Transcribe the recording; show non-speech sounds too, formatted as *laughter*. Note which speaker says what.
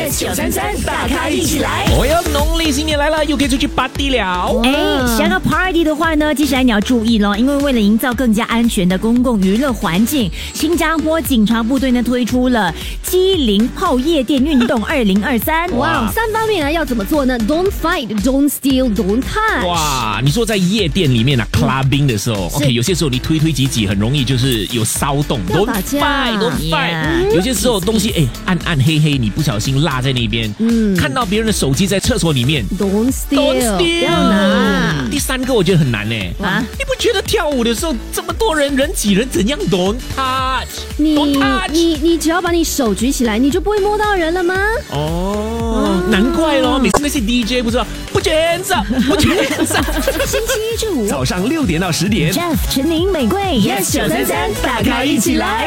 Speaker 1: 哎九三三，大咖一起来。
Speaker 2: 我要哦农历新年来了，又可以出去 party 了。
Speaker 1: 哇
Speaker 3: 哎，想要 party 的话呢，接下来你要注意咯，因为为了营造更加安全的公共娱乐环境，新加坡警察部队呢推出了机灵泡夜店运动二零二三。
Speaker 2: 哇
Speaker 1: 哇，三方面呢啊要怎么做呢？Don't fight, don't steal, don't touch。
Speaker 2: 哇，你说在夜店里面啊，clubbing 的时候
Speaker 1: 嗯是
Speaker 2: ，OK，有些时候你推推挤挤，很容易就是有骚动，
Speaker 1: 要
Speaker 2: don't
Speaker 1: 打架啊
Speaker 2: fight，
Speaker 1: 嗯
Speaker 2: don't
Speaker 3: Yeah
Speaker 2: fight。有些时候东西哎暗暗黑黑，你不小心落在那边，看到别人的手机在厕所里面
Speaker 1: *laughs*
Speaker 2: ，don't
Speaker 1: Don't 嗯 steal，不要拿
Speaker 2: steal。。第三个我觉得很难呢，
Speaker 3: 啊
Speaker 2: 你不觉得跳舞的时候这么多人人挤人，怎样 don't touch，don't
Speaker 1: 你
Speaker 2: touch。
Speaker 1: 你你只要把你手举起来，你就不会摸到人了吗？ *laughs*
Speaker 2: 哦，难怪咯，每次那些 DJ 不知道不卷子，不卷子。
Speaker 3: 星期一至五
Speaker 2: *laughs* 早上六点到十点
Speaker 3: ，Jeff、陈宁、玫瑰
Speaker 1: Yes，933大咖一起来。